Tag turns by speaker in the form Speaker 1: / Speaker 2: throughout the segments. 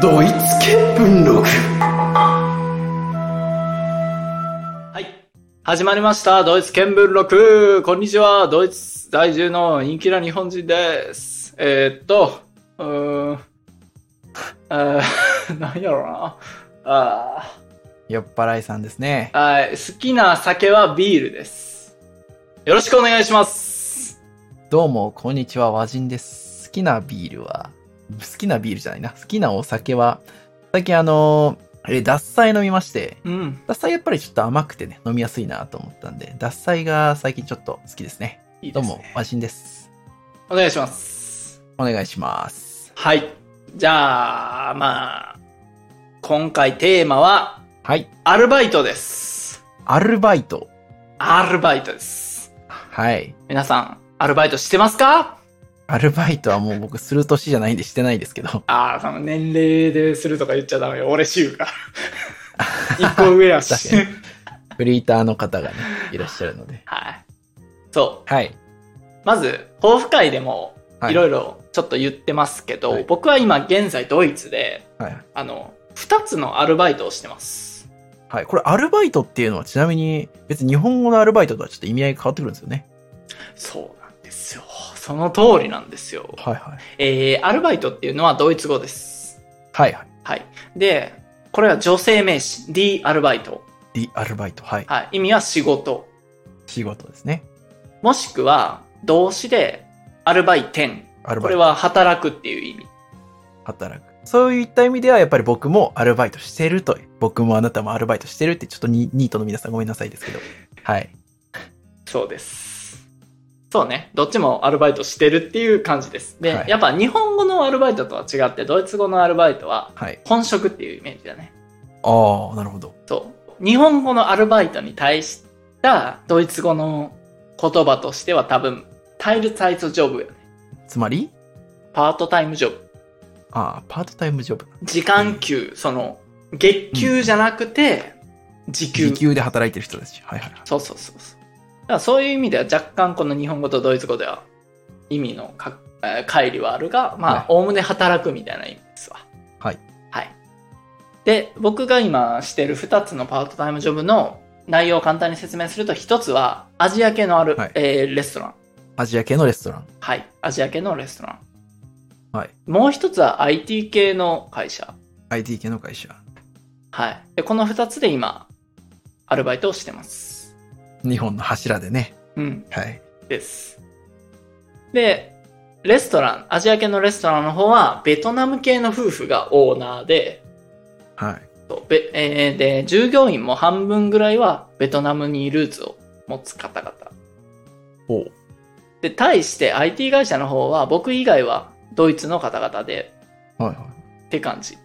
Speaker 1: ドイツ憲文録
Speaker 2: はい。始まりました。ドイツ見聞録。こんにちは。ドイツ在住の人気な日本人です。えーっと、うーん、 えー、 何やろうな。あ
Speaker 1: 酔っ払いさんですね
Speaker 2: ーはい。好きな酒はビールです。よろしくお願いします。
Speaker 1: どうもこんにちは和人です好きなビールは好きなビールじゃないな好きなお酒は最近あのえー獺祭飲みまして
Speaker 2: うん。
Speaker 1: 獺祭やっぱりちょっと甘くてね飲みやすいなと思ったんで獺祭が最近ちょっと好きですね
Speaker 2: いい
Speaker 1: ど
Speaker 2: で
Speaker 1: う
Speaker 2: す
Speaker 1: も
Speaker 2: ね。
Speaker 1: 和人です
Speaker 2: お願いします。
Speaker 1: お願いします
Speaker 2: はい。じゃあ、まあ、今回テーマは、
Speaker 1: はい
Speaker 2: アルバイトです。
Speaker 1: アルバイト
Speaker 2: アルバイトです。
Speaker 1: はい
Speaker 2: 皆さん、アルバイトしてますか
Speaker 1: アルバイトはもう僕する年じゃないんでしてないですけど
Speaker 2: ああ、その年齢でするとか言っちゃダメよ。俺週から。 一個上やし。
Speaker 1: 確フリーターの方がねいらっしゃるので
Speaker 2: はい。そ
Speaker 1: はい、
Speaker 2: う。まず、抱負会でも、
Speaker 1: はい
Speaker 2: いろいろちょっと言ってますけど、
Speaker 1: はい
Speaker 2: 僕は今現在ドイツで、
Speaker 1: はい
Speaker 2: あの、二つのアルバイトをしてます。
Speaker 1: はい。これ、アルバイトっていうのはちなみに、別に日本語のアルバイトとはちょっと意味合いが変わってくるんですよね。
Speaker 2: そうなんですよ。その通りなんですよ。
Speaker 1: はいはい。
Speaker 2: えー、アルバイトっていうのはドイツ語です。
Speaker 1: はいはい。
Speaker 2: はい。で、これは女性名詞、D アルバイト。
Speaker 1: リアルバイト。はい。
Speaker 2: はい。意味は仕事。
Speaker 1: 仕事ですね。
Speaker 2: もしくは、動詞で、アルバイテン。
Speaker 1: アル
Speaker 2: こ
Speaker 1: バイ
Speaker 2: れ
Speaker 1: ト。
Speaker 2: は働くっていう意味。
Speaker 1: 働く。そういった意味では、やっぱり僕もアルバイトしてると。僕もあなたもアルバイトしてるって、ちょっとニニートの皆さんごめんなさいですけど。はい。
Speaker 2: そうです。そうね。どっちもアルバイトしてるっていう感じです。で、
Speaker 1: はい
Speaker 2: やっぱ日本語のアルバイトとは違って、ドイツ語のアルバイトは
Speaker 1: はい。
Speaker 2: 本職っていうイメージだね。
Speaker 1: ああ、なるほど。
Speaker 2: そう。日本語のアルバイトに対したドイツ語の言葉としては多分、タイルサイズジョブやね。
Speaker 1: つまり、
Speaker 2: パートタイムジョブ。
Speaker 1: ああ、パートタイムジョブ。
Speaker 2: 時間給、その、月給じゃなくて、時給。
Speaker 1: 時給で働いてる人たち。はいはいはい。
Speaker 2: そうそうそうそう。だからそういう意味では若干この日本語とドイツ語では意味のかえー乖離はあるが、
Speaker 1: は
Speaker 2: ま
Speaker 1: い
Speaker 2: あ、おおむね働くみたいな意味ですわ。
Speaker 1: はい。
Speaker 2: はい。で、僕が今してる2つのパートタイムジョブの内容を簡単に説明すると、1つはアジア系のある、
Speaker 1: はい
Speaker 2: えーレストラン。
Speaker 1: アジア系のレストラン。
Speaker 2: はい。アジア系のレストラン。
Speaker 1: はい。
Speaker 2: もう1つは IT 系の会社。
Speaker 1: IT 系の会社。
Speaker 2: はい。で、この2つで今、アルバイトをしてます。
Speaker 1: 日本の柱でね。
Speaker 2: うん。
Speaker 1: はい。
Speaker 2: です。で、レストラン、アジア系のレストランの方は、ベトナム系の夫婦がオーナーで、
Speaker 1: はい。
Speaker 2: そうべえーで、従業員も半分ぐらいはベトナムにルーツを持つ方々。
Speaker 1: おう。
Speaker 2: で、対して IT 会社の方は、僕以外はドイツの方々で、
Speaker 1: はいはい。
Speaker 2: って感じ。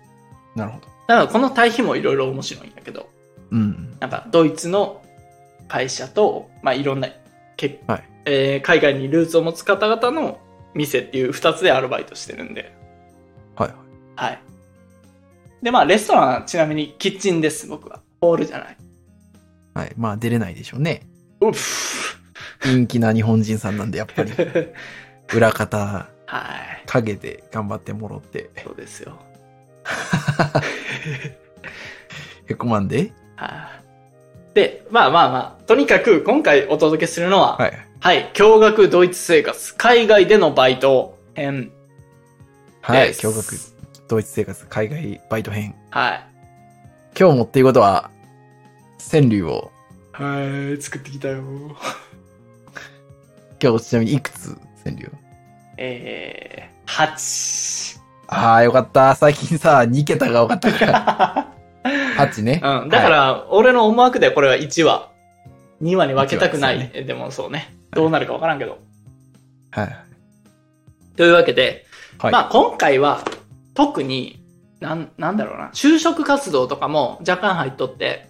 Speaker 1: なるほど。
Speaker 2: だからこの対比もいろいろ面白いんだけど、
Speaker 1: うん。
Speaker 2: なんかドイツの会社と、まあ、いろんな、け
Speaker 1: はい
Speaker 2: えー海外にルーツを持つ方々の店っていう2つでアルバイトしてるんで、
Speaker 1: はいはい。
Speaker 2: はい。で、まあ、レストランはちなみにキッチンです、僕は。ホールじゃない。
Speaker 1: はい。まあ出れないでしょうね。
Speaker 2: うっふ
Speaker 1: 人気な日本人さんなんで、やっぱり裏方、
Speaker 2: はい。
Speaker 1: 影で頑張ってもろって、
Speaker 2: そうですよ。
Speaker 1: へこまんで。
Speaker 2: はい。で、まあまあまあ、とにかく今回お届けするのは、はい、
Speaker 1: はい。
Speaker 2: 驚愕ドイツ生活、海外でのバイト編
Speaker 1: はい。
Speaker 2: です。
Speaker 1: 驚愕、同一生活、海外バイト編。
Speaker 2: はい。
Speaker 1: 今日持っていくことは、川柳を、
Speaker 2: はい、作ってきたよ。
Speaker 1: 今日ちなみにいくつ川柳を
Speaker 2: えー、8。
Speaker 1: ああ、よかった。最近さ、2桁が多かった から。8ね。
Speaker 2: うん、だから、俺の思惑ではこれは1話。2話に分けたくな
Speaker 1: 一話
Speaker 2: い。
Speaker 1: で
Speaker 2: でもそうね。どうなるか分からんけど。
Speaker 1: はい。
Speaker 2: というわけで、
Speaker 1: はい。
Speaker 2: まあ今回は特に、なん、なんだろうな、就職活動とかも若干入っとって、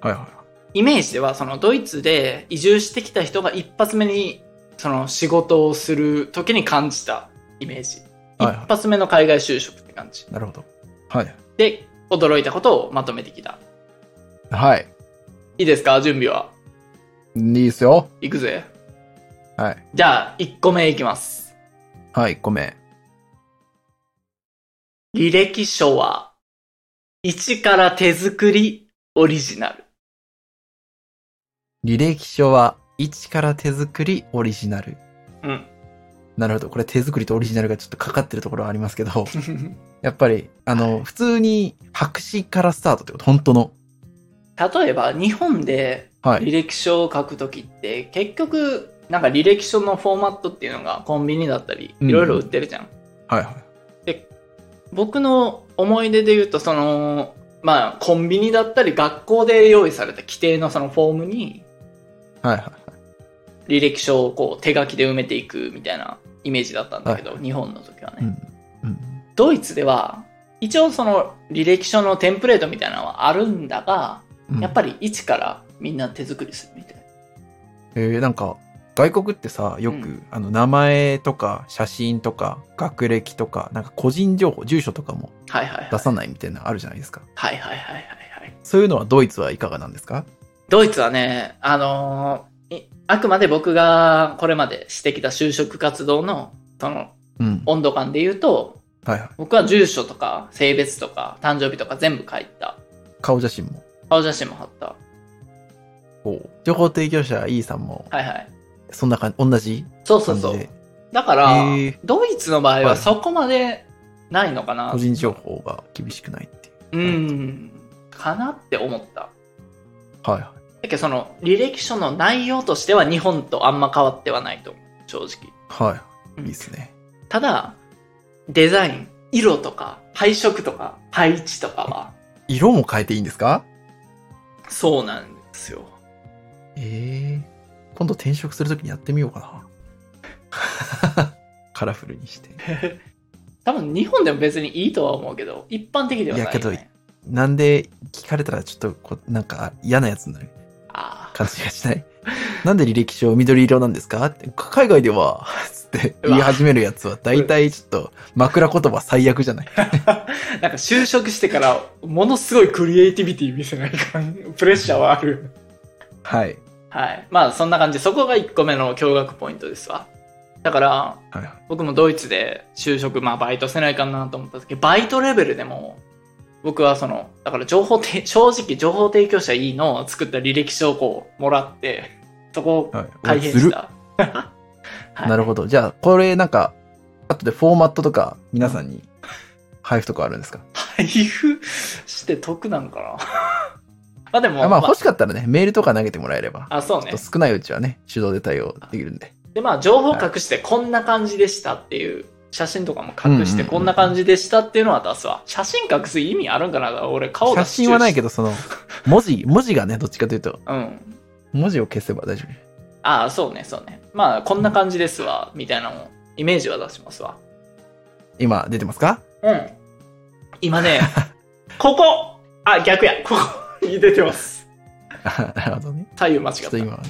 Speaker 1: はいはい。
Speaker 2: イメージではそのドイツで移住してきた人が一発目にその仕事をする時に感じたイメージ。一
Speaker 1: はいはい
Speaker 2: 発目の海外就職って感じ。
Speaker 1: なるほど。はい。
Speaker 2: で、驚いたことをまとめてきた。
Speaker 1: はい。
Speaker 2: いいですか準備は。
Speaker 1: いいっすよ。
Speaker 2: いくぜ。
Speaker 1: はい。
Speaker 2: じゃあ、1個目いきます。
Speaker 1: はい、ごめん。
Speaker 2: 履歴書は、一から手作りオリジナル。
Speaker 1: 履歴書は1から手作りオリジナル。
Speaker 2: うん。
Speaker 1: なるほど。これ手作りとオリジナルがちょっとかかってるところはありますけど、 やっぱり、あの、普通に白紙からスタートってこと、本当の。
Speaker 2: 例えば、日本で
Speaker 1: はい。
Speaker 2: 履歴書を書くときって、結局、なんか履歴書のフォーマットっていうのがコンビニだったり、
Speaker 1: うん
Speaker 2: いろいろ売ってるじゃん。
Speaker 1: はいはい。
Speaker 2: 僕の思い出で言うと、その、まあ、コンビニだったり、学校で用意された規定のそのフォームに、
Speaker 1: はいはい。
Speaker 2: 履歴書をこう手書きで埋めていくみたいなイメージだったんだけど、日本の時はね。
Speaker 1: うん。うん。
Speaker 2: ドイツでは、一応その履歴書のテンプレートみたいなのはあるんだが、
Speaker 1: うん
Speaker 2: やっぱり一からみんな手作りするみたいな。
Speaker 1: えーなんか、外国ってさ、よく、
Speaker 2: うん
Speaker 1: あの、名前とか、写真とか、学歴とか、なんか個人情報、住所とかも
Speaker 2: はいはいはい。
Speaker 1: 出さないみたいなのあるじゃないですか。
Speaker 2: はいはいはいはいはい。
Speaker 1: そういうのはドイツはいかがなんですか
Speaker 2: ドイツはね、あのーいあくまで僕がこれまでしてきた就職活動の、その
Speaker 1: うん。
Speaker 2: 温度感で言うと、
Speaker 1: はいはい。
Speaker 2: 僕は住所とか性別とか誕生日とか全部書いた。
Speaker 1: 顔写真も。
Speaker 2: 顔写真も貼った。
Speaker 1: 情報提供者 E さんも、
Speaker 2: はいはい。
Speaker 1: そんな感じ、同じ
Speaker 2: そうそ
Speaker 1: 感
Speaker 2: う
Speaker 1: じ
Speaker 2: そう
Speaker 1: で。、
Speaker 2: だから、
Speaker 1: へえ
Speaker 2: ドイツの場合
Speaker 1: は
Speaker 2: はいそこまでないのかな。
Speaker 1: 個人情報が厳しくないっていう。
Speaker 2: うん。かなって思った。
Speaker 1: はいはい。
Speaker 2: だけどその履歴書の内容としては日本とあんま変わってはないと思う。正直。
Speaker 1: はい。
Speaker 2: うん
Speaker 1: いいですね。
Speaker 2: ただ、デザイン、色とか配色とか配置とかは、
Speaker 1: 色も変えていいんですか
Speaker 2: そうなんですよ。
Speaker 1: ええ今度転職するときにやってみようかな。 カラフルにして。
Speaker 2: 多分日本でも別にいいとは思うけど、一般的ではない、ね。
Speaker 1: いやけどなんで聞かれたらちょっとこう、なんか嫌なやつになる
Speaker 2: ああ。
Speaker 1: 感じがしない なんで履歴書緑色なんですかって、か海外では、 つって
Speaker 2: うわ
Speaker 1: 言い始めるやつは大体ちょっと枕言葉最悪じゃない
Speaker 2: なんか就職してから、ものすごいクリエイティビティ見せない感じ、プレッシャーはある。
Speaker 1: はい。
Speaker 2: はい。まあそんな感じ。そこが1個目の驚愕ポイントですわ。だから、
Speaker 1: はいはい。
Speaker 2: 僕もドイツで就職、まあバイトせないかなと思った時、バイトレベルでも、僕はその、だから情報て、正直情報提供者いいのを作った履歴書をこう、もらって、そこを
Speaker 1: はい、
Speaker 2: 改変した。はい
Speaker 1: なるほど。じゃあ、これなんか、後でフォーマットとか皆さんに配布とかあるんですか、
Speaker 2: 配布して得なん かな。まあでも、
Speaker 1: あまあ
Speaker 2: まあ
Speaker 1: 欲しかったらね、メールとか投げてもらえれば、
Speaker 2: あ、そうね
Speaker 1: ちょ。っと少ないうちはね、手動で対応できるんで。
Speaker 2: で、まあ、情報隠してこんな感じでしたっていう、写真とかも隠し
Speaker 1: うんうんう
Speaker 2: て
Speaker 1: ん
Speaker 2: こんな感じでしたっていうのは出すわ。写真隠す意味あるんかな俺、顔
Speaker 1: 写真はないけ
Speaker 2: ど。
Speaker 1: ど、その、文字、文字がね、どっちかというと、
Speaker 2: うん。
Speaker 1: 文字を消せば大丈
Speaker 2: ああ、そうね、そうね。まあ、こんな感じですわ、みたいなのも、イメージは出しますわ。
Speaker 1: 夫。今、出てますか
Speaker 2: うん。今ね、 ここあ、逆や。ここに出てます。
Speaker 1: あなるほどね。
Speaker 2: 左右間違
Speaker 1: ちょっ
Speaker 2: っ
Speaker 1: と
Speaker 2: た。
Speaker 1: 今、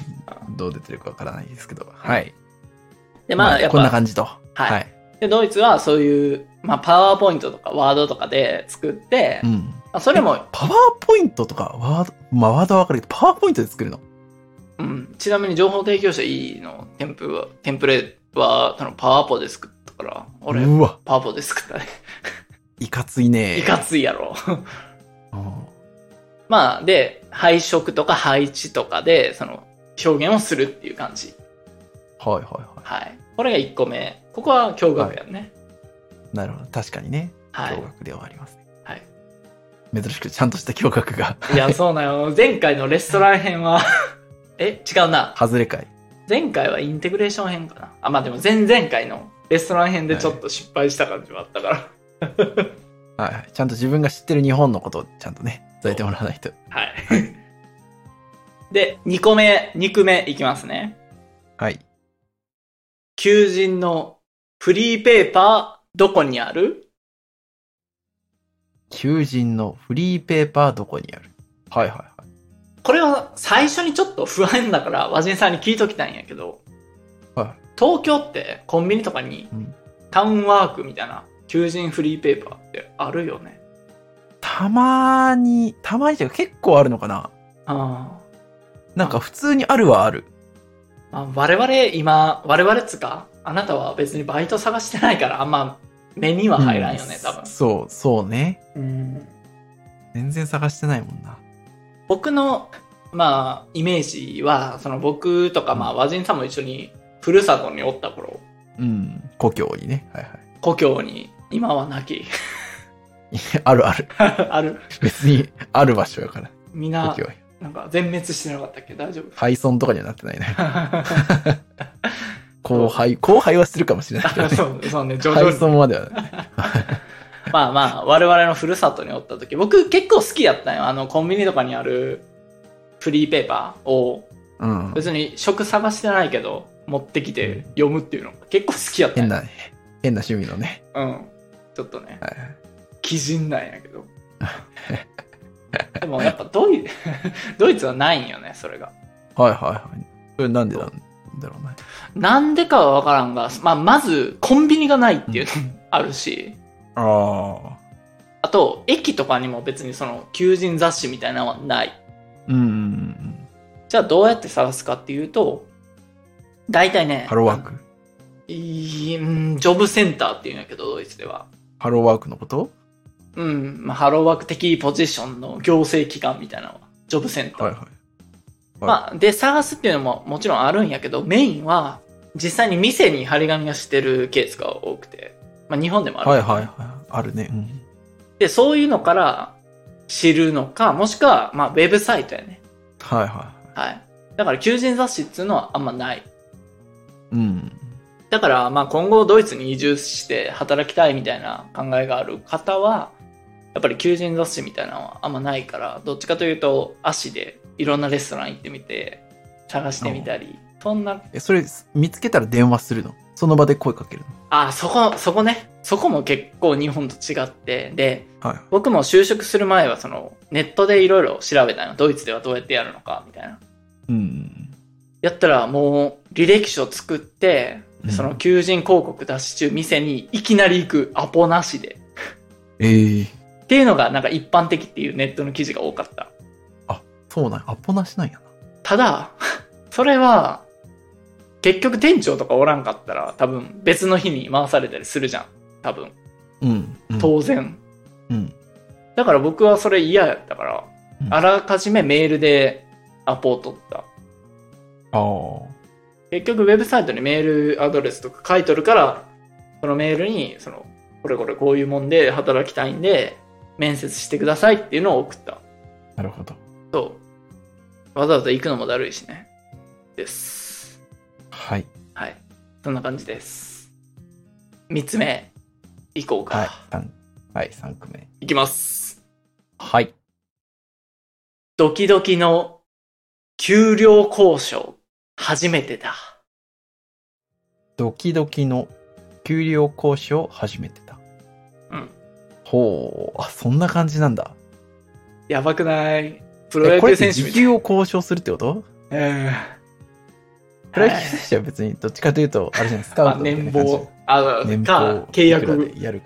Speaker 1: どう出てるかわからないですけど。はい。
Speaker 2: で、まあ、やっ
Speaker 1: こんな
Speaker 2: ぱ、
Speaker 1: 感じと。
Speaker 2: はい
Speaker 1: はい。
Speaker 2: でドイツはそういう、まあ、パワーポイントとかワードとかで作って、
Speaker 1: う
Speaker 2: ま
Speaker 1: ん。
Speaker 2: あそれも、
Speaker 1: パワーポイントとか、ワード、まあ、ワードはわかるけど、パワーポイントで作るの
Speaker 2: うん、ちなみに情報提供者 E のテンプはテンプレはそのパワーポで作ったから俺
Speaker 1: うわ、
Speaker 2: パワーポで作ったね
Speaker 1: いかついね。
Speaker 2: いかついやろ
Speaker 1: うん
Speaker 2: まあで配色とか配置とかでその表現をするっていう感じ
Speaker 1: はいはいは
Speaker 2: はいこれが1個目ここは驚愕やね
Speaker 1: い。なるほど。確かにね。
Speaker 2: はい、
Speaker 1: 驚愕ではありますね。
Speaker 2: はい。
Speaker 1: 珍しくちゃんとした驚愕が。
Speaker 2: い、やそうなの前回のレストラン編は え違うな
Speaker 1: 外れ会。
Speaker 2: 前回はインテグレーション編かなあまあでも前々回のレストラン編でちょっと失敗した感じはあったから
Speaker 1: はいはい。ちゃんと自分が知ってる日本のことをちゃんとね、伝えてもらわないと。
Speaker 2: はい。 で、2個目、肉目いきますね。
Speaker 1: はい。
Speaker 2: 求人のフリーペーパー、どこにある
Speaker 1: 求人のフリーペーパーどこにあるはいはいはい。
Speaker 2: これは最初にちょっと不安だから、和人さんに聞いときたいんやけど、
Speaker 1: は
Speaker 2: 東京ってコンビニとかに
Speaker 1: うん
Speaker 2: タウンワークみたいな求人フリーペーパーってあるよね。
Speaker 1: たまーに、たまにじゃ結構あるのかな
Speaker 2: あ
Speaker 1: なんか普通にあるはある。
Speaker 2: あ。まあ、我々今、我々っつうか、あなたは別にバイト探してないから、あんま目には入らんよね、
Speaker 1: う
Speaker 2: 多分。
Speaker 1: そう、そうね。
Speaker 2: うん
Speaker 1: 全然探してないもんな。
Speaker 2: 僕の、まあ、イメージは、その僕とか、まあ、和人さんも一緒に、ふるさとにおった頃、
Speaker 1: うん。故郷にね。はいはい。
Speaker 2: 故郷に、今はなき、
Speaker 1: あるある。
Speaker 2: ある。
Speaker 1: 別に、ある場所やから。
Speaker 2: みん
Speaker 1: 故
Speaker 2: な、
Speaker 1: 郷や。
Speaker 2: なんか全滅してなかったっけ大丈夫
Speaker 1: 廃村とかにはなってないね。後輩、後輩はしてるかもしれない けどね。
Speaker 2: そう そう ね、徐々
Speaker 1: 廃
Speaker 2: に。
Speaker 1: 村まではね。
Speaker 2: まあまあ、我々のふるさとにおった時、僕結構好きやったんよ。あの、コンビニとかにあるフリーペーパーを、
Speaker 1: うん。
Speaker 2: 別に職探してないけど、持ってきて読むっていうのが結構好きやったん
Speaker 1: 変
Speaker 2: よ。
Speaker 1: な、変な趣味のね。
Speaker 2: うん。ちょっとね、
Speaker 1: はい
Speaker 2: 鬼人なんやけど。でもやっぱドイ ドイツはないんよね、それが。
Speaker 1: はいはいはい。それなんでなんだろうね。
Speaker 2: なんでかはわからんが、まあ、まずコンビニがないっていうのもあるし、
Speaker 1: ああ。
Speaker 2: あと、駅とかにも別にその求人雑誌みたいなのはない。
Speaker 1: うんうんうん。
Speaker 2: じゃあどうやって探すかっていうと、大体ね、
Speaker 1: ハローワーク。
Speaker 2: いいうんジョブセンターっていうんやけど、ドイツでは。
Speaker 1: ハローワークのこと
Speaker 2: うん、まあ、ハローワーク的ポジションの行政機関みたいなのは、ジョブセンター。
Speaker 1: はいはい。
Speaker 2: まあ、で、探すっていうのももちろんあるんやけど、メインは、実際に店に張り紙がしてるケースが多くて、まあ、日本でもある。
Speaker 1: はいはいはい。あるね。うん。
Speaker 2: で、そういうのから知るのか、もしくは、まあ、ウェブサイトやね。
Speaker 1: はいは
Speaker 2: はい。だから、求人雑誌っていうのはあんまない。
Speaker 1: い。うん。
Speaker 2: だから、まあ、今後ドイツに移住して働きたいみたいな考えがある方は、やっぱり求人雑誌みたいなのはあんまないから、どっちかというと足でいろんなレストラン行ってみて、探してみたり、そんな、
Speaker 1: え、それ見つけたら電話するのその場で声かける
Speaker 2: あ、そこ、そこね、そこも結構日本と違って、で、
Speaker 1: のはい。
Speaker 2: 僕も就職する前はそのネットでいろいろ調べたの。ドイツではどうやってやるのか、みたいな。
Speaker 1: うん。
Speaker 2: やったらもう履歴書作って、
Speaker 1: うん
Speaker 2: その求人広告出し中、店にいきなり行く、アポなしで。
Speaker 1: ええ
Speaker 2: っていうのがなんか一般的っていうネットの記事が多かった。
Speaker 1: そうなんやアポなしなんやな。
Speaker 2: ただ、 それは、結局店長とかおらんかったら多分別の日に回されたりするじゃん。多分。
Speaker 1: うん。うん
Speaker 2: 当然。
Speaker 1: うん。
Speaker 2: だから僕はそれ嫌やったから
Speaker 1: う、ん
Speaker 2: あらかじめメールでアポを取った。
Speaker 1: ああ。
Speaker 2: 結局ウェブサイトにメールアドレスとか書いとるから、そのメールに、その、これこれこういうもんで働きたいんで、面接してくださいっていうのを送った。
Speaker 1: なるほど。
Speaker 2: そう。わざわざ行くのもだるいしね。です。
Speaker 1: はい。
Speaker 2: はい。そんな感じです。三つ目、いこうか。
Speaker 1: はい
Speaker 2: い、。
Speaker 1: 三はい、3組目。
Speaker 2: きます。
Speaker 1: はい。
Speaker 2: ドキドキの給料交渉、初めてだ。
Speaker 1: ドキドキの給料交渉を始めてた。
Speaker 2: うん。
Speaker 1: ほう。あ、そんな感じなんだ。
Speaker 2: やばくないプロ
Speaker 1: え
Speaker 2: 野
Speaker 1: これ
Speaker 2: 球
Speaker 1: って
Speaker 2: 選手
Speaker 1: 時
Speaker 2: みたい
Speaker 1: 給を交渉するってこと
Speaker 2: え
Speaker 1: プロ野球選手は別にどっちかというと、あれじゃない、スカウ
Speaker 2: あ
Speaker 1: トみたい
Speaker 2: 年
Speaker 1: な感じ
Speaker 2: 俸、あ
Speaker 1: 年
Speaker 2: か
Speaker 1: 俸、
Speaker 2: 契
Speaker 1: いくら
Speaker 2: 約。
Speaker 1: でやる。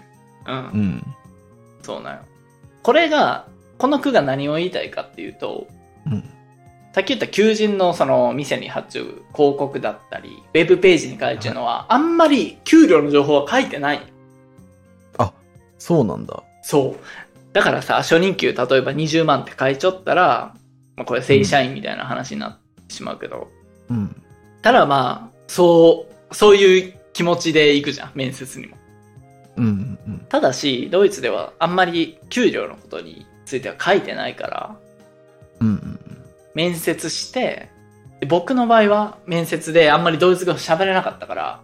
Speaker 2: う。
Speaker 1: うんん。
Speaker 2: そうなんよ。これが、この句が何を言いたいかっていうと、
Speaker 1: うん。
Speaker 2: さっき言った求人のその店に発注広告だったり、ウェブページに書いてるのは、あんまり給料の情報は書いてない。
Speaker 1: そうなんだ。
Speaker 2: そう。だからさ、初任給例えば20万って書いちゃったら、まあ、これ正社員みたいな話になってしまうけど、
Speaker 1: うん。
Speaker 2: ただまあ、そう、そういう気持ちで行くじゃん、面接にも。
Speaker 1: うん。うん。
Speaker 2: ただし、ドイツではあんまり給料のことについては書いてないから、
Speaker 1: うん。うん。
Speaker 2: 面接して、で僕の場合は面接であんまりドイツ語喋れなかったから、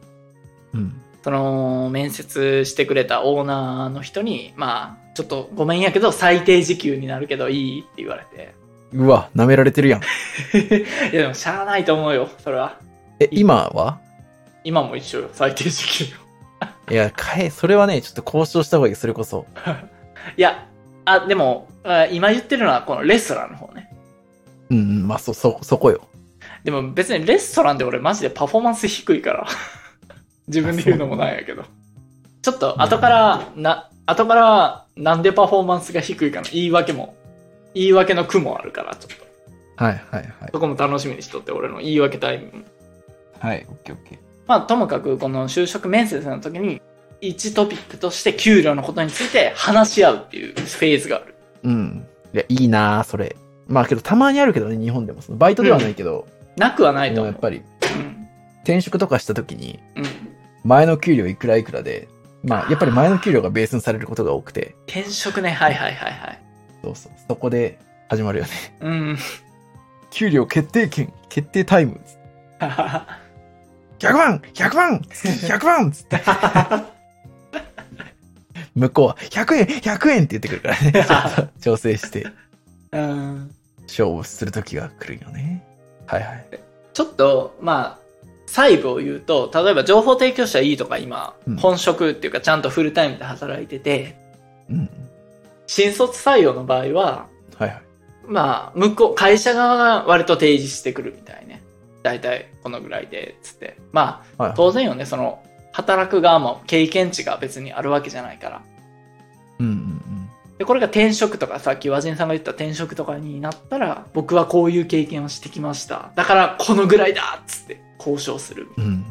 Speaker 1: うん。
Speaker 2: その面接してくれたオーナーの人に、まあ、ちょっとごめんやけど最低時給になるけどいいって言われて、
Speaker 1: うわ、舐められてるやん。
Speaker 2: いやでもしゃあないと思うよ、それは。
Speaker 1: え、今は
Speaker 2: 今も一緒よ、最低時給。
Speaker 1: いや、かえ、それはね、ちょっと交渉した方がいい、それこそ。
Speaker 2: いや、あ、でも、あ今言ってるのはこのレストランの方ね。
Speaker 1: うんうん、まあ、そ、そ、そこよ。
Speaker 2: でも別にレストランで俺マジでパフォーマンス低いから。 自分で言うのもなんやけど。ちょっと後から、な、後からなんでパフォーマンスが低いかの言い訳も、言い訳の苦もあるから、ちょっと。
Speaker 1: はい、はい、はい。
Speaker 2: そこも楽しみにしとって、俺の言い訳タイム。
Speaker 1: はい、オッケーオッケー。
Speaker 2: まあ、ともかくこの就職面接の時に、一トピックとして給料のことについて話し合うっていうフェーズがある。
Speaker 1: うん。いや、いいなぁそれ。まあけど、たまにあるけどね、日本でも。そのバイトではないけど、
Speaker 2: なくはないと
Speaker 1: もう
Speaker 2: 思
Speaker 1: や
Speaker 2: う
Speaker 1: っ。ぱり、
Speaker 2: うん
Speaker 1: 転職とかした時に、
Speaker 2: うん、
Speaker 1: 前の給料いくらいくらで、まあ、やっぱり前の給料がベースにされることが多くて、
Speaker 2: 転職ね、はいはいはいはい。
Speaker 1: そうそう。そこで始まるよね。
Speaker 2: うん。
Speaker 1: 給料決定権、決定タイム。100万 !100 万月100万つって。向こうは、100円 !100 円って言ってくるからね。ちょっと調整して、
Speaker 2: うん
Speaker 1: 勝負する時が来るよね。はいはい。
Speaker 2: ちょっと、まあ、細部を言うと、例えば情報提供者いいとか今、
Speaker 1: うん
Speaker 2: 本職っていうかちゃんとフルタイムで働いてて、
Speaker 1: うん。
Speaker 2: 新卒採用の場合は、
Speaker 1: はいはい。
Speaker 2: まあ、向こう、会社側が割と提示してくるみたいね。だいたいこのぐらいで、つって。ま
Speaker 1: は
Speaker 2: あ、
Speaker 1: い、
Speaker 2: 当然よね、その、働く側も経験値が別にあるわけじゃないから。
Speaker 1: うんうんうん。
Speaker 2: で、これが転職とか、さっき和人さんが言った転職とかになったら、僕はこういう経験をしてきました。だから、このぐらいだっつって、交渉する
Speaker 1: うん。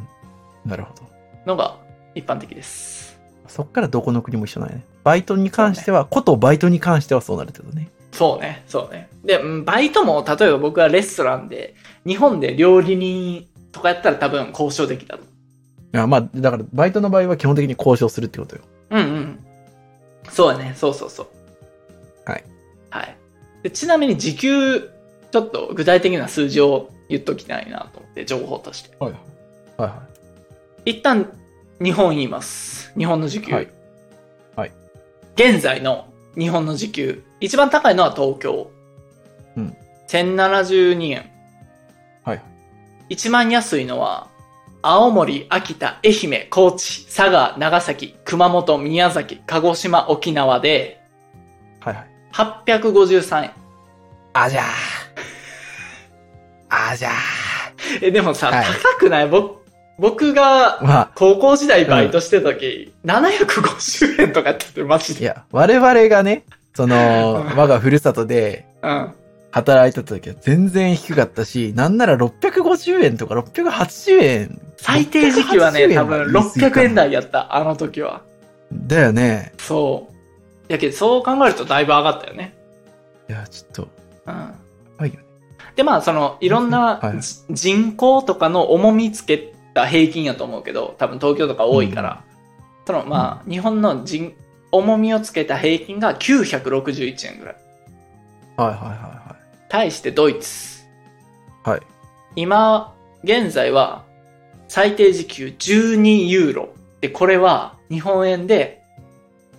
Speaker 1: なるほど。
Speaker 2: のが一般的です。
Speaker 1: そっからどこの国も一緒なんやね。バイトに関しては、ことバイトに関してはそうなるけどね。
Speaker 2: そうね、そうね。で、うんバイトも、例えば僕はレストランで、日本で料理人とかやったら多分交渉できたと。
Speaker 1: いや、まあ、だから、バイトの場合は基本的に交渉するってことよ。
Speaker 2: うんうん。そうね、そうそうそう。
Speaker 1: はい。
Speaker 2: はい。でちなみに時給、ちょっと具体的な数字を言っときたいなと思って、情報として。
Speaker 1: はいはい。はいは
Speaker 2: 一旦、日本言います。日本の時給。
Speaker 1: はいはい
Speaker 2: 現在の日本の時給。一番高いのは東京。
Speaker 1: うん。
Speaker 2: 1072円。
Speaker 1: い。はい。
Speaker 2: 一番安いのは、青森、秋田、愛媛、高知、佐賀、長崎、熊本、宮崎、鹿児島、沖縄で、
Speaker 1: はいはい。
Speaker 2: 853円。
Speaker 1: あじ ゃー。あじゃ
Speaker 2: え、でもさ、
Speaker 1: はい
Speaker 2: 高くない僕、僕が
Speaker 1: ー。まあ、
Speaker 2: 高校時代バイトしてた時、750円とかやってて、マジ
Speaker 1: い
Speaker 2: で。
Speaker 1: や、我々がね、その、
Speaker 2: うん
Speaker 1: 我がふるさとで
Speaker 2: うん。
Speaker 1: 働いてた時は全然低かったし、なんなら650円とか680円。
Speaker 2: 最低時期はね、
Speaker 1: 680
Speaker 2: 多分
Speaker 1: は言い過ぎか
Speaker 2: 600
Speaker 1: な
Speaker 2: 円台やった、あの時は。
Speaker 1: だよね。
Speaker 2: そう。やけど、そう考えるとだいぶ上がったよね。
Speaker 1: いや、ちょっと、
Speaker 2: うん。
Speaker 1: はいよね。
Speaker 2: でまあそのいろんな
Speaker 1: はい
Speaker 2: じ人口とかの重みつけた平均やと思うけど多分東京とか多いから、そのまあ日本の人重みをつけた平均が961円ぐらい
Speaker 1: はいはいは
Speaker 2: 対してドイツ
Speaker 1: いはい。はい。
Speaker 2: 今現在は最低時給12ユーロでこれは日本円で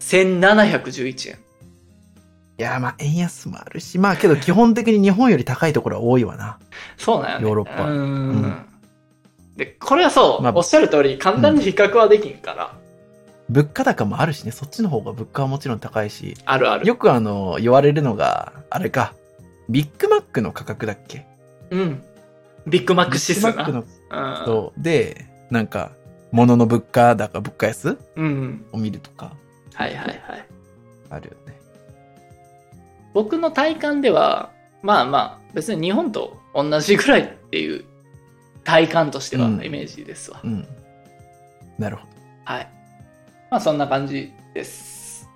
Speaker 2: 1711円
Speaker 1: いや、まあ、円安もあるし、まあ、けど基本的に日本より高いところは多いわな。
Speaker 2: そうなんよね
Speaker 1: ヨーロッパ
Speaker 2: うーん
Speaker 1: うん
Speaker 2: でこれはそう、
Speaker 1: まあ
Speaker 2: おっしゃる通り簡単に比較はできんから、
Speaker 1: 物価高もあるしね、そっちの方が物価はもちろん高いし、
Speaker 2: あるある
Speaker 1: よくあの、言われるのが、あれか、ビッグマックの価格だっけ
Speaker 2: うん。ビッグマック指数
Speaker 1: ビッ
Speaker 2: な。
Speaker 1: グマックの
Speaker 2: う
Speaker 1: と、で、なんか、物の物価だか物価安
Speaker 2: ん。うん。
Speaker 1: を見るとか、
Speaker 2: はいはいはい。
Speaker 1: あるよね。
Speaker 2: 僕の体感では、まあまあ、別に日本と同じぐらいっていう体感としては
Speaker 1: うん
Speaker 2: イメージですわ。
Speaker 1: うん。なるほど。
Speaker 2: はい。まあそんな感じです。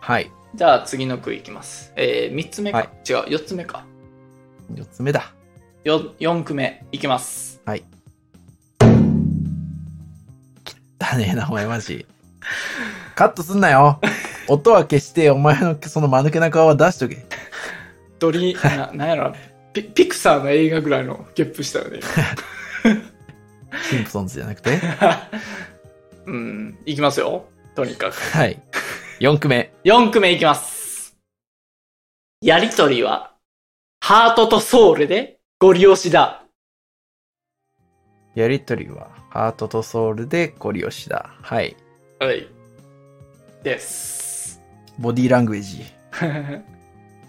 Speaker 1: はい。
Speaker 2: じゃあ次の句いきます。えー、3つ目か。
Speaker 1: はい
Speaker 2: 違う、4つ目か。
Speaker 1: 四つ目だ。
Speaker 2: よ4句目いきます。
Speaker 1: だねえな、お前マジ。カットすんなよ。音は消して、お前のその間抜けな顔は出しとけ。
Speaker 2: ドリ、ななんやろなピ、ピクサーの映画ぐらいのゲップしたよね。
Speaker 1: シンプソンズじゃなくて。
Speaker 2: 今 うん、いきますよ。とにかく。
Speaker 1: はい。四句目。
Speaker 2: 4句目いきます。やりとりは、ハートとソウルでご利用しだ。
Speaker 1: やりとりは、ハートとソウルでご利用しだ。はい。
Speaker 2: はい。です。
Speaker 1: ボディーラングエージ。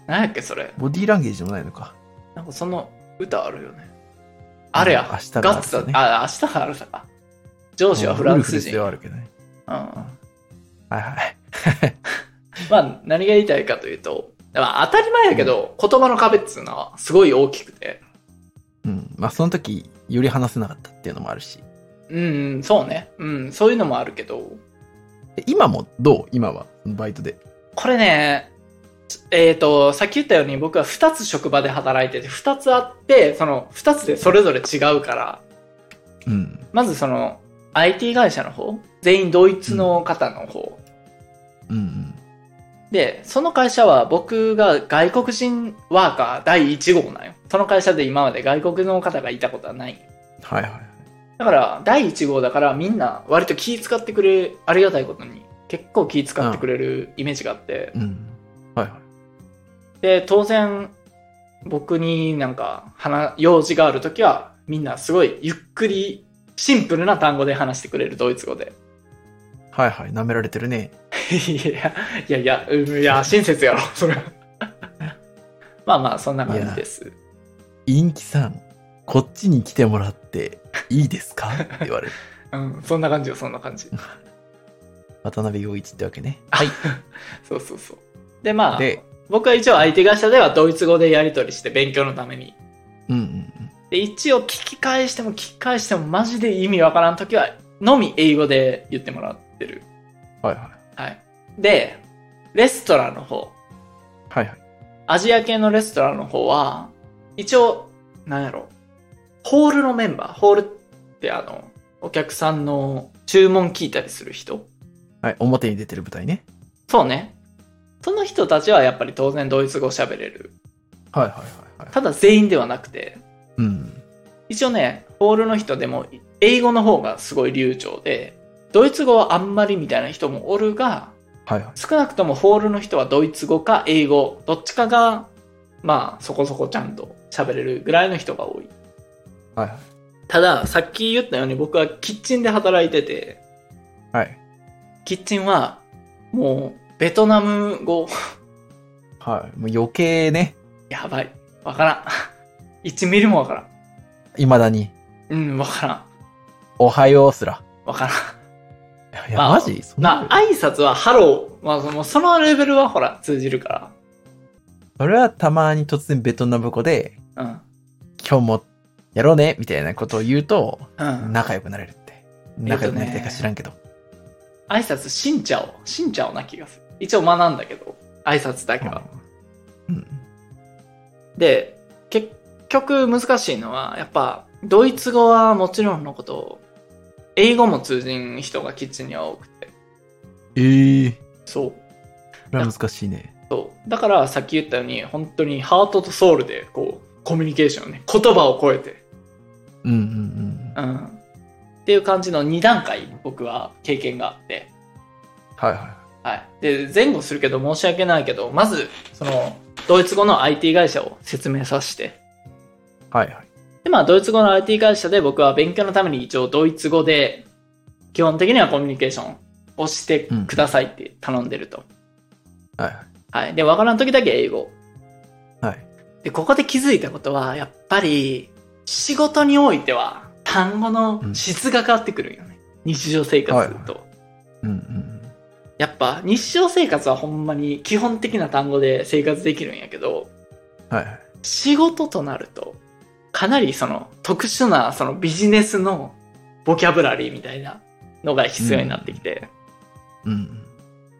Speaker 2: 何やっけそれ。
Speaker 1: ボディーランゲージでもないのか。
Speaker 2: なんかその歌あるよね。あれや。
Speaker 1: 明日が
Speaker 2: ガッツだ
Speaker 1: 明日ね
Speaker 2: あ、明日があるさか。上司はフラ
Speaker 1: ウ
Speaker 2: ンス
Speaker 1: ルフルス
Speaker 2: 人。
Speaker 1: で
Speaker 2: うん。
Speaker 1: はあるけどね。
Speaker 2: ま
Speaker 1: はいはい。
Speaker 2: あ、何が言いたいかというと、まあ、当たり前やけど、言葉の壁っていうのはすごい大きくて、
Speaker 1: うん。まあ、その時、より話せなかったっていうのもあるし。
Speaker 2: うんうん、そうね。うん、そういうのもあるけど。
Speaker 1: え今もどう今は、バイトで。
Speaker 2: これね、えっ、と、さっき言ったように僕は2つ職場で働いてて、2つあって、その2つでそれぞれ違うから、
Speaker 1: うん。
Speaker 2: まずその IT 会社の方、全員ドイツの方の方。
Speaker 1: うんうん。
Speaker 2: で、その会社は僕が外国人ワーカー第1号なんよ。その会社で今まで外国の方がいたことはない。
Speaker 1: はいはい。
Speaker 2: だから、第1号だからみんな割と気使ってくれる、ありがたいことに結構気使ってくれるイメージがあって、
Speaker 1: うん。はいはい。
Speaker 2: で、当然、僕になんか、話、用事があるときは、みんなすごいゆっくり、シンプルな単語で話してくれる、ドイツ語で。
Speaker 1: はいはい。舐められてるね。
Speaker 2: いや、いやいや、うんいや、親切やろ、それは。 まあまあ、そんな感じです。
Speaker 1: インキさん、こっちに来てもらっていいですかって言われる。
Speaker 2: うん、そんな感じよ、そんな感じ。
Speaker 1: 渡辺陽一ってわけね。
Speaker 2: そうそうそう。で、まあ、
Speaker 1: で、
Speaker 2: 僕は一応 IT 会社ではドイツ語でやり取りして勉強のために。
Speaker 1: うんうん
Speaker 2: で、一応聞き返しても聞き返してもマジで意味わからんときは、のみ英語で言ってもらってる。
Speaker 1: うん。はいはい。
Speaker 2: はい。で、レストランの方、
Speaker 1: はいはい。
Speaker 2: アジア系のレストランの方は、一応、なんやろ、ホールのメンバー、ホールってあの、お客さんの注文聞いたりする人
Speaker 1: はい、表に出てる舞台ね。
Speaker 2: そうね。その人たちはやっぱり当然ドイツ語喋れる。
Speaker 1: はいはいはいはい。
Speaker 2: ただ全員ではなくて、
Speaker 1: うん。
Speaker 2: 一応ね、ホールの人でも英語の方がすごい流暢で、ドイツ語はあんまりみたいな人もおるが、
Speaker 1: はいはい。
Speaker 2: 少なくともホールの人はドイツ語か英語どっちかがまあそこそこちゃんと喋れるぐらいの人が多い
Speaker 1: はいはい。
Speaker 2: たださっき言ったように僕はキッチンで働いてて
Speaker 1: はい。
Speaker 2: キッチンはもうベトナム語
Speaker 1: はい。もう余計ね、
Speaker 2: やばいわからん 1ミリもわからん
Speaker 1: 未だに、
Speaker 2: うんわからん
Speaker 1: おはようすら。
Speaker 2: わからん
Speaker 1: いやいや、
Speaker 2: まあ
Speaker 1: マジそんな
Speaker 2: な挨拶はハローまあそのそのレベルはほら通じるか
Speaker 1: それはたまに突然ベトナム語で、
Speaker 2: らうん
Speaker 1: 今日もやろうね、みたいなことを言うと、
Speaker 2: うん、
Speaker 1: 仲良くなれるって。仲良くなりたいか知らんけど。
Speaker 2: 挨拶しんちゃおしんちゃおな気がする一応学んだけど挨拶だけは、
Speaker 1: うんうん。
Speaker 2: で、結局難しいのは、やっぱ、ドイツ語はもちろんのこと、英語も通じん人がキッチンには多くて。
Speaker 1: ええー、
Speaker 2: そう。
Speaker 1: それは難しいね。
Speaker 2: そう。だから、さっき言ったように、本当にハートとソウルで、こう、コミュニケーションね、言葉を超えて、
Speaker 1: うんうんうん。
Speaker 2: うん。っていう感じの2段階、僕は経験があって。
Speaker 1: はいは
Speaker 2: はい。で、前後するけど申し訳ないけど、まず、その、ドイツ語の IT 会社を説明させて。
Speaker 1: い。はいはい。
Speaker 2: で、まあ、ドイツ語の IT 会社で僕は勉強のために一応ドイツ語で、基本的にはコミュニケーションをしてくださいって頼んでると。
Speaker 1: はい
Speaker 2: はい。で、わからん時だけ英語。
Speaker 1: はい。
Speaker 2: で、ここで気づいたことは、やっぱり、仕事においては、単語の質が変わってくるんよね。日常生活と。
Speaker 1: うんうん。
Speaker 2: やっぱ、日常生活はほんまに基本的な単語で生活できるんやけど、
Speaker 1: はいはい。
Speaker 2: 仕事となると、かなりその特殊なそのビジネスのボキャブラリーみたいなのが必要になってきて、
Speaker 1: うんうん。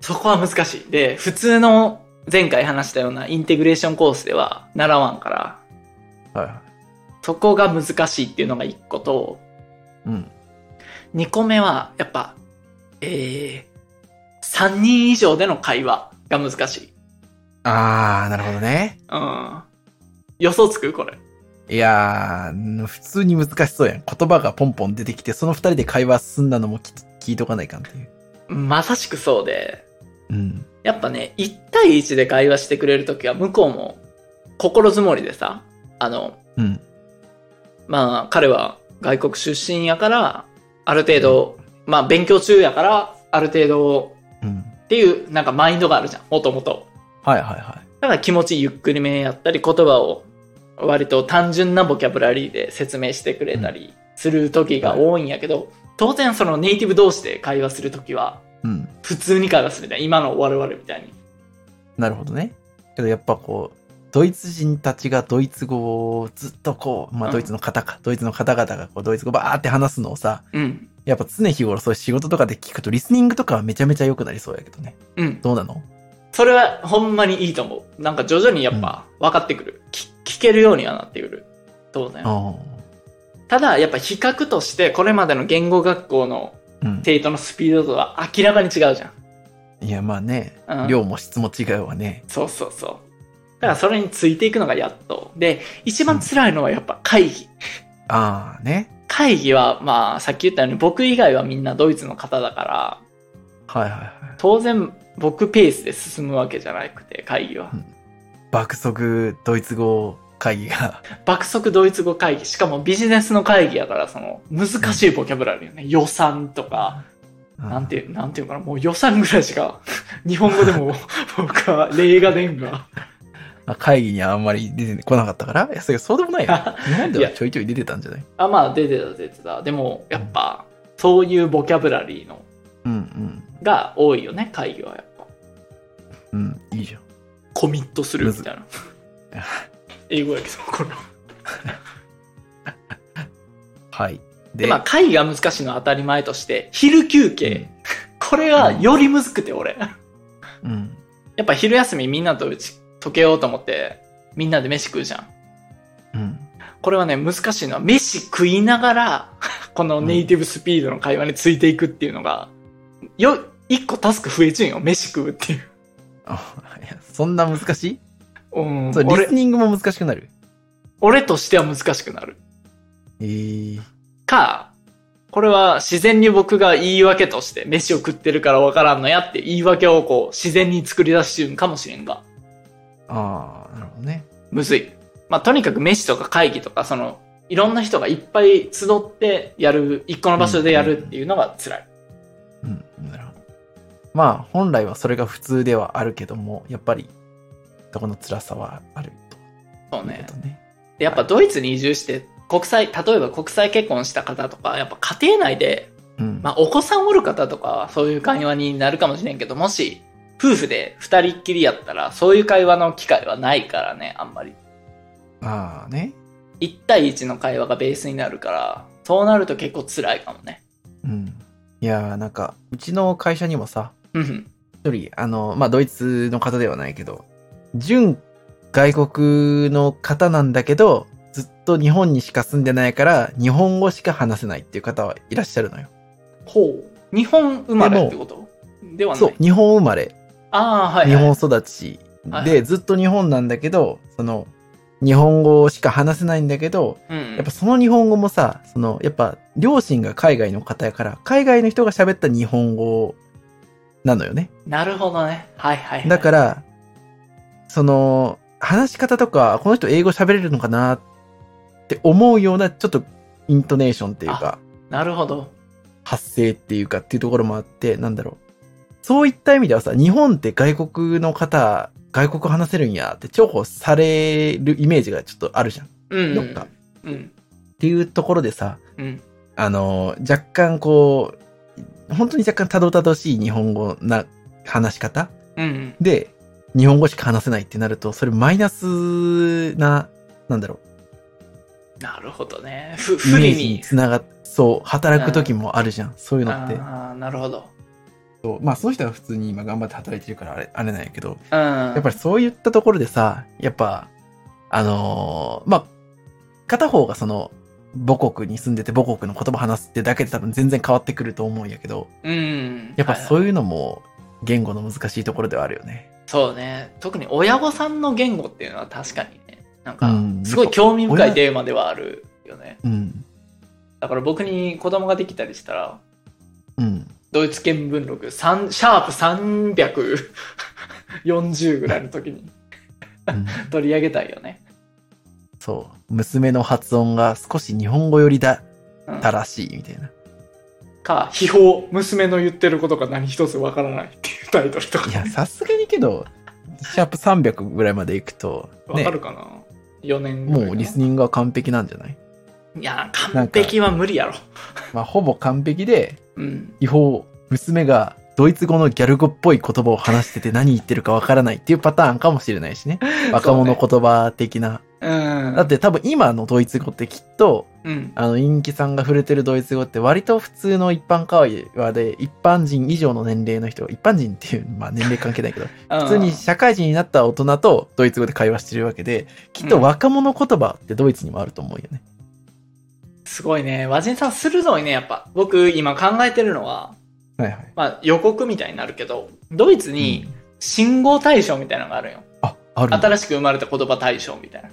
Speaker 2: そこは難しい。で、普通の前回話したようなインテグレーションコースでは習わんから、
Speaker 1: はいは
Speaker 2: そこが難しいっていうのが一個と、
Speaker 1: い。うん。
Speaker 2: 二個目はやっぱ、えー、3人以上での会話が難しい。
Speaker 1: あー、なるほどね。
Speaker 2: うん。予想つくこれ。
Speaker 1: いやー、普通に難しそうやん。言葉がポンポン出てきて、その二人で会話進んだのもき聞いとかないかんっていう。
Speaker 2: まさしくそうで、
Speaker 1: うん。
Speaker 2: やっぱね、1対1で会話してくれるときは、向こうも心づもりでさ、あの、
Speaker 1: うん。
Speaker 2: まあ、彼は外国出身やから、ある程度、まあ、勉強中やから、ある程度
Speaker 1: うん。
Speaker 2: っていう、なんかマインドがあるじゃん、もともと。
Speaker 1: はいはいはい。
Speaker 2: だから気持ちゆっくりめやったり、言葉を割と単純なボキャブラリーで説明してくれたりするときが多いんやけど、当然そのネイティブ同士で会話するときは、
Speaker 1: うん。
Speaker 2: 普通に会話するじゃん、今の我々みたいに。
Speaker 1: なるほどね。けどやっぱこう、ドイツ人たちがドイツ語をずっとこう、ま
Speaker 2: う
Speaker 1: あ
Speaker 2: ん
Speaker 1: ドイツの方か、ドイツの方々がこうドイツ語バーって話すのをさ、
Speaker 2: うん。
Speaker 1: やっぱ常日頃そういう仕事とかで聞くとリスニングとかはめちゃめちゃ良くなりそうやけどね。
Speaker 2: うん。
Speaker 1: どうなの
Speaker 2: それはほんまにいいと思う。なんか徐々にやっぱ分かってくる。き聞けるようにはなってくる。どうだよ。
Speaker 1: あ
Speaker 2: ただ、やっぱ比較として、これまでの言語学校の
Speaker 1: あ。うん。
Speaker 2: 生徒のスピードとは明らかに違うじ
Speaker 1: いや、まあね、
Speaker 2: ゃん。うん、
Speaker 1: 量も質も違うわね。
Speaker 2: そうそうそう。だからそれについていくのがやっと。で、一番辛いのはやっぱ会議。
Speaker 1: ああね。
Speaker 2: 会議は、まあ、さっき言ったように僕以外はみんなドイツの方だから、
Speaker 1: はいはいはい。
Speaker 2: 当然僕ペースで進むわけじゃなくて、会議は
Speaker 1: うん。爆速ドイツ語会議が。
Speaker 2: 爆速ドイツ語会議。しかもビジネスの会議やから、その、難しいボキャブラリーよね。予算とか、なんて、なんていうのかな、もう予算ぐらいしか、 日本語でも僕は例が出んが。
Speaker 1: あ会議にはあんまり出てこなかったからいや、それそうでもない よ。日本ではい
Speaker 2: や
Speaker 1: ちょいちょい出てたんじゃない
Speaker 2: あ、まあ、出てた出てた。でも、やっぱ、そういうボキャブラリーの、
Speaker 1: うん
Speaker 2: が多いよね、会議はやっぱ。
Speaker 1: うん。うん、いいじゃん。
Speaker 2: コミットするみたいな
Speaker 1: ず。
Speaker 2: 英語やけど、これ。
Speaker 1: はい。
Speaker 2: で、まあ、会議が難しいのは当たり前として、昼休憩。これがよりむずくて、俺。
Speaker 1: うん。
Speaker 2: やっぱ昼休みみんなとうち溶けようと思って、みんなで飯食うじゃん。
Speaker 1: うん。
Speaker 2: これはね、難しいのは、飯食いながら、 このネイティブスピードの会話についていくっていうのが、よ、一個タスク増えちゅんよ、飯食うっていう。
Speaker 1: あいやそんな難しい
Speaker 2: うん、
Speaker 1: そうリ
Speaker 2: 俺
Speaker 1: ス、ニングも難しくなる
Speaker 2: 俺としては難しくなる。
Speaker 1: えー、
Speaker 2: か、これは自然に僕が言い訳として、飯を食ってるからわからんのやって言い訳をこう、自然に作り出してるんかもしれんが、
Speaker 1: ああなるほどね
Speaker 2: むずい。まあ、とにかく飯とか会議とか、その、いろんな人がいっぱい集ってやる、一個の場所でやるっていうのが辛い。
Speaker 1: うんなるほどまあ本来はそれが普通ではあるけどもやっぱりそこの辛さはある
Speaker 2: そう
Speaker 1: という
Speaker 2: ね
Speaker 1: こ。とね
Speaker 2: でやっぱドイツに移住して、国際、例えば国際結婚した方とか、やっぱ家庭内で、
Speaker 1: うん、
Speaker 2: まあ、お子さんおる方とかはそういう会話になるかもしれんけど、もし、夫婦で二人っきりやったら、そういう会話の機会はないからね、あんまり。
Speaker 1: ああね
Speaker 2: 1対1の会話がベースになるから、そうなると結構辛いかもね。
Speaker 1: うんいやーなんかうちの会社にもさ
Speaker 2: うんうん。
Speaker 1: 一人あのまあドイツの方ではないけど純外国の方なんだけどずっと日本にしか住んでないから日本語しか話せないっていう方はいらっしゃるのよ
Speaker 2: ほう。日本生まれってことではない。
Speaker 1: そう、日本生まれ、
Speaker 2: ああ、はい、
Speaker 1: 日
Speaker 2: はい。
Speaker 1: 本育ち
Speaker 2: はいは
Speaker 1: で、ずっと日本なんだけど、その、日本語しか話せないんだけど、
Speaker 2: うん。
Speaker 1: やっぱその日本語もさ、その、やっぱ両親が海外の方やから、海外の人が喋った日本語なのよね。
Speaker 2: なるほどね。はいはい、はい。
Speaker 1: だから、その、話し方とか、この人英語喋れるのかなって思うような、ちょっとイントネーションっていうか、
Speaker 2: なるほど。
Speaker 1: 発生っていうかっていうところもあって、なんだろう。そういった意味ではさ、日本って外国の方、外国話せるんやって重宝されるイメージがちょっとあるじゃん。
Speaker 2: うん、う
Speaker 1: ど
Speaker 2: ん。
Speaker 1: っか。っ
Speaker 2: うん。
Speaker 1: ていうところでさ、
Speaker 2: うん。
Speaker 1: あの、若干こう、本当に若干たどたどしい日本語な話し方
Speaker 2: うん。
Speaker 1: で、日本語しか話せないってなると、それマイナスな、なんだろ
Speaker 2: なるほどね。ふ、
Speaker 1: う、イ
Speaker 2: 不
Speaker 1: メ
Speaker 2: 利
Speaker 1: ージに
Speaker 2: に。
Speaker 1: つながっそう、働く時もあるじゃん。そういうのって。
Speaker 2: ああ、なるほど。
Speaker 1: そうまあ、その人は普通に今頑張って働いてるからあれ、あれなんやけど、
Speaker 2: うん。
Speaker 1: やっぱりそういったところでさ、やっぱ、あのーまあ、片方がその、母国に住んでて母国の言葉話すってだけで多分全然変わってくると思うんやけど、
Speaker 2: うん。
Speaker 1: やっぱ
Speaker 2: う、
Speaker 1: そういうのも言語の難しいところではあるよね。
Speaker 2: そうね。特に親御さんの言語っていうのは確かにね。なんか
Speaker 1: うん、
Speaker 2: すごい興味深いテーマではあるよね。
Speaker 1: うん。
Speaker 2: だから僕に子供ができたりしたら、
Speaker 1: うん。
Speaker 2: ドイツ見聞録3、シャープ340ぐらいの時
Speaker 1: う
Speaker 2: に
Speaker 1: ん
Speaker 2: 取り上げたいよね。
Speaker 1: そう。娘の発音が少し日本語寄りだ
Speaker 2: うん
Speaker 1: ったらしいみたいな。
Speaker 2: か、秘宝、娘の言ってることが何一つわからないっていうタイトルとか
Speaker 1: い。や、さすがにけど、シャープ300ぐらいまで行くと、
Speaker 2: わ
Speaker 1: ね
Speaker 2: か、るかな、?4 年ぐらいかな
Speaker 1: もうリスニングは完璧なんじゃない
Speaker 2: いや、完璧は無理やろ。
Speaker 1: まあ、ほぼ完璧で、
Speaker 2: うん。
Speaker 1: 違法娘がドイツ語のギャル語っぽい言葉を話してて何言ってるかわからないっていうパターンかもしれないし ね。若者言葉的な。
Speaker 2: うん。
Speaker 1: だって多分今のドイツ語ってきっと、
Speaker 2: うん。
Speaker 1: あの、インキさんが触れてるドイツ語って割と普通の一般会話で、一般人以上の年齢の人、一般人っていう、まあ年齢関係 ないけど、
Speaker 2: 普
Speaker 1: 普通に社会人になった大人とドイツ語で会話してるわけで、きっと若者言葉ってドイツにもあると思うよね。
Speaker 2: すごいね。和人さん鋭いね、やっぱ。僕、今考えてるのは、
Speaker 1: はいはい。
Speaker 2: まあ予告みたいになるけど、ドイツに信号対象みたいなのがあるんよ。
Speaker 1: あ、あるんだ
Speaker 2: 新しく生まれた言葉対象みたいな。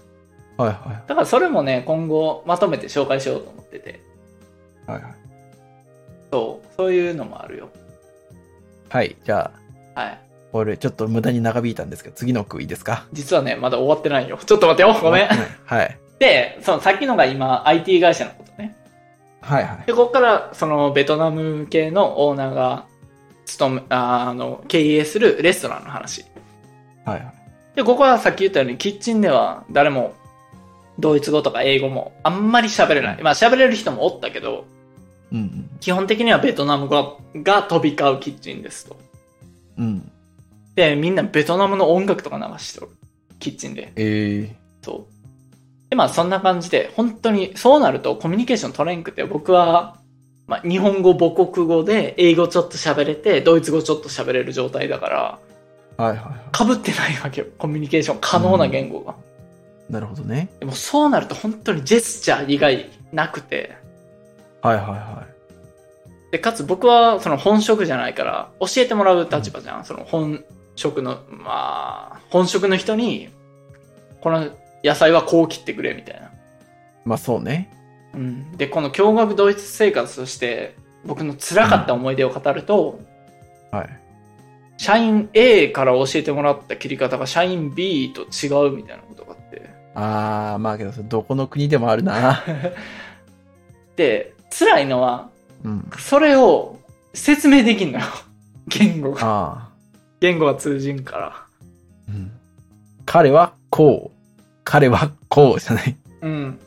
Speaker 1: はいは
Speaker 2: だからそれもね、今後まとめて紹介しようと思ってて。
Speaker 1: い。はいはい。
Speaker 2: そう、そういうのもあるよ。
Speaker 1: はい、じゃあ、
Speaker 2: はい。
Speaker 1: これちょっと無駄に長引いたんですけど、次の句いいですか
Speaker 2: 実はね、まだ終わってないよ。ちょっと待ってよ。ごめん。
Speaker 1: はい。
Speaker 2: で、そのさっきのが今、IT 会社のことね。
Speaker 1: はいはい。
Speaker 2: で、ここから、そのベトナム系のオーナーが、勤め、ああの、経営するレストランの話。
Speaker 1: はいはい。
Speaker 2: で、ここはさっき言ったように、キッチンでは誰も、ドイツ語とか英語もあんまり喋れない。まあ喋れる人もおったけど、
Speaker 1: うん
Speaker 2: 基本的にはベトナム語が飛び交うキッチンですと。
Speaker 1: うん。うん。
Speaker 2: で、みんなベトナムの音楽とか流しておる。キッチンで。
Speaker 1: ええ
Speaker 2: そう。で、まあそんな感じで、本当に、そうなるとコミュニケーション取れんくて、僕は、まあ日本語母国語で、英語ちょっと喋れて、ドイツ語ちょっと喋れる状態だから、
Speaker 1: はいはいは
Speaker 2: 被ってないわけよ。コミュニケーション可能な言語が。
Speaker 1: い。なるほどね。
Speaker 2: でもそうなると本当にジェスチャー以外なくて、
Speaker 1: はいはいは
Speaker 2: で、かつ僕はその本職じゃないから、教えてもらう立場じゃん。その本職の、まあ、本職の人に、この野菜はこう切ってくれ、みたいな。
Speaker 1: い。まあそうね。
Speaker 2: うん。で、この驚愕ドイツ生活として、僕の辛かった思い出を語ると、
Speaker 1: はい。
Speaker 2: 社員 A から教えてもらった切り方が社員 B と違うみたいなことがあって。
Speaker 1: あー、まあけど、それどこの国でもある な。
Speaker 2: で、辛いのは、
Speaker 1: うん。
Speaker 2: それを説明できんのよ。 言語が。
Speaker 1: あ
Speaker 2: 言語が通じんから。
Speaker 1: ー。うん。彼はこう。彼はこうじゃない。
Speaker 2: うん。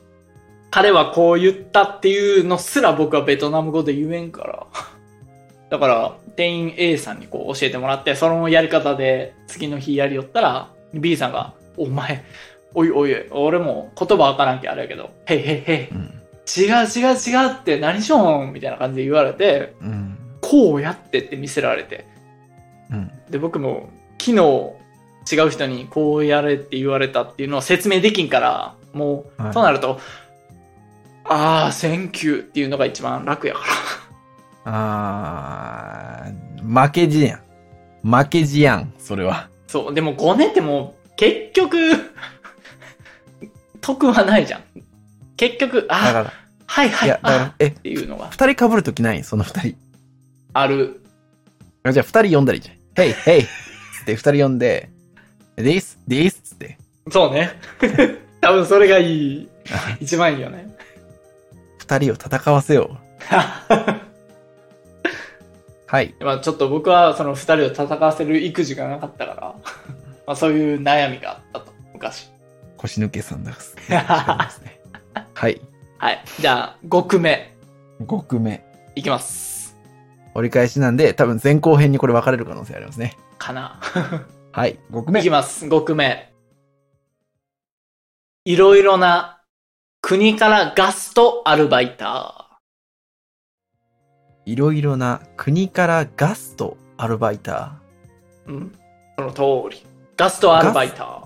Speaker 2: 彼はこう言ったっていうのすら僕はベトナム語で言えんから。 だから、店員 A さんにこう教えてもらって、そのやり方で次の日やりよったら、B さんが、お前、おいおい、俺も言葉わからんけあれやけど、へいへいへ
Speaker 1: うん。
Speaker 2: い、違う違う違うって何しよんみたいな感じで言われて、
Speaker 1: うん。
Speaker 2: こうやってって見せられて。
Speaker 1: うん。
Speaker 2: で、僕も昨日違う人にこうやれって言われたっていうのを説明できんから、もう
Speaker 1: はい
Speaker 2: そうなると、ああ、センキューっていうのが一番楽やか
Speaker 1: あー、負けじやん。負けじやん、それは。
Speaker 2: ら。そう、でも5年ってもう、結局、 得はないじゃん。結局、
Speaker 1: だ
Speaker 2: あ
Speaker 1: か
Speaker 2: あ、はい
Speaker 1: ら、
Speaker 2: はいい、
Speaker 1: や、だから
Speaker 2: あ、
Speaker 1: え
Speaker 2: ー、っていうのが
Speaker 1: 二人被るときないその二人。
Speaker 2: ある。
Speaker 1: あじゃあ、二人呼んだらいいじゃん。Hey, hey! つって、二人呼んで、This, this! つって。
Speaker 2: そうね。 多分それがい い。一番いいよね。
Speaker 1: 二人を戦わせよう。はい。
Speaker 2: まあちょっと僕はその二人を戦わせる育児がなかったから、 まあそういう悩みがあったと、昔。
Speaker 1: 腰抜けさんだす。 はい。
Speaker 2: はい。じゃあ、5句目
Speaker 1: 5句目。
Speaker 2: いきます。
Speaker 1: 折り返しなんで、多分前後編にこれ分かれる可能性ありますね。
Speaker 2: かな。
Speaker 1: はい。5句
Speaker 2: いき
Speaker 1: 目。
Speaker 2: ます。5句目。いろいろな国からガストアルバイタ
Speaker 1: いろいろな国からガスト、アルバイタ
Speaker 2: ー。うん。その通り。ガストアルバイター。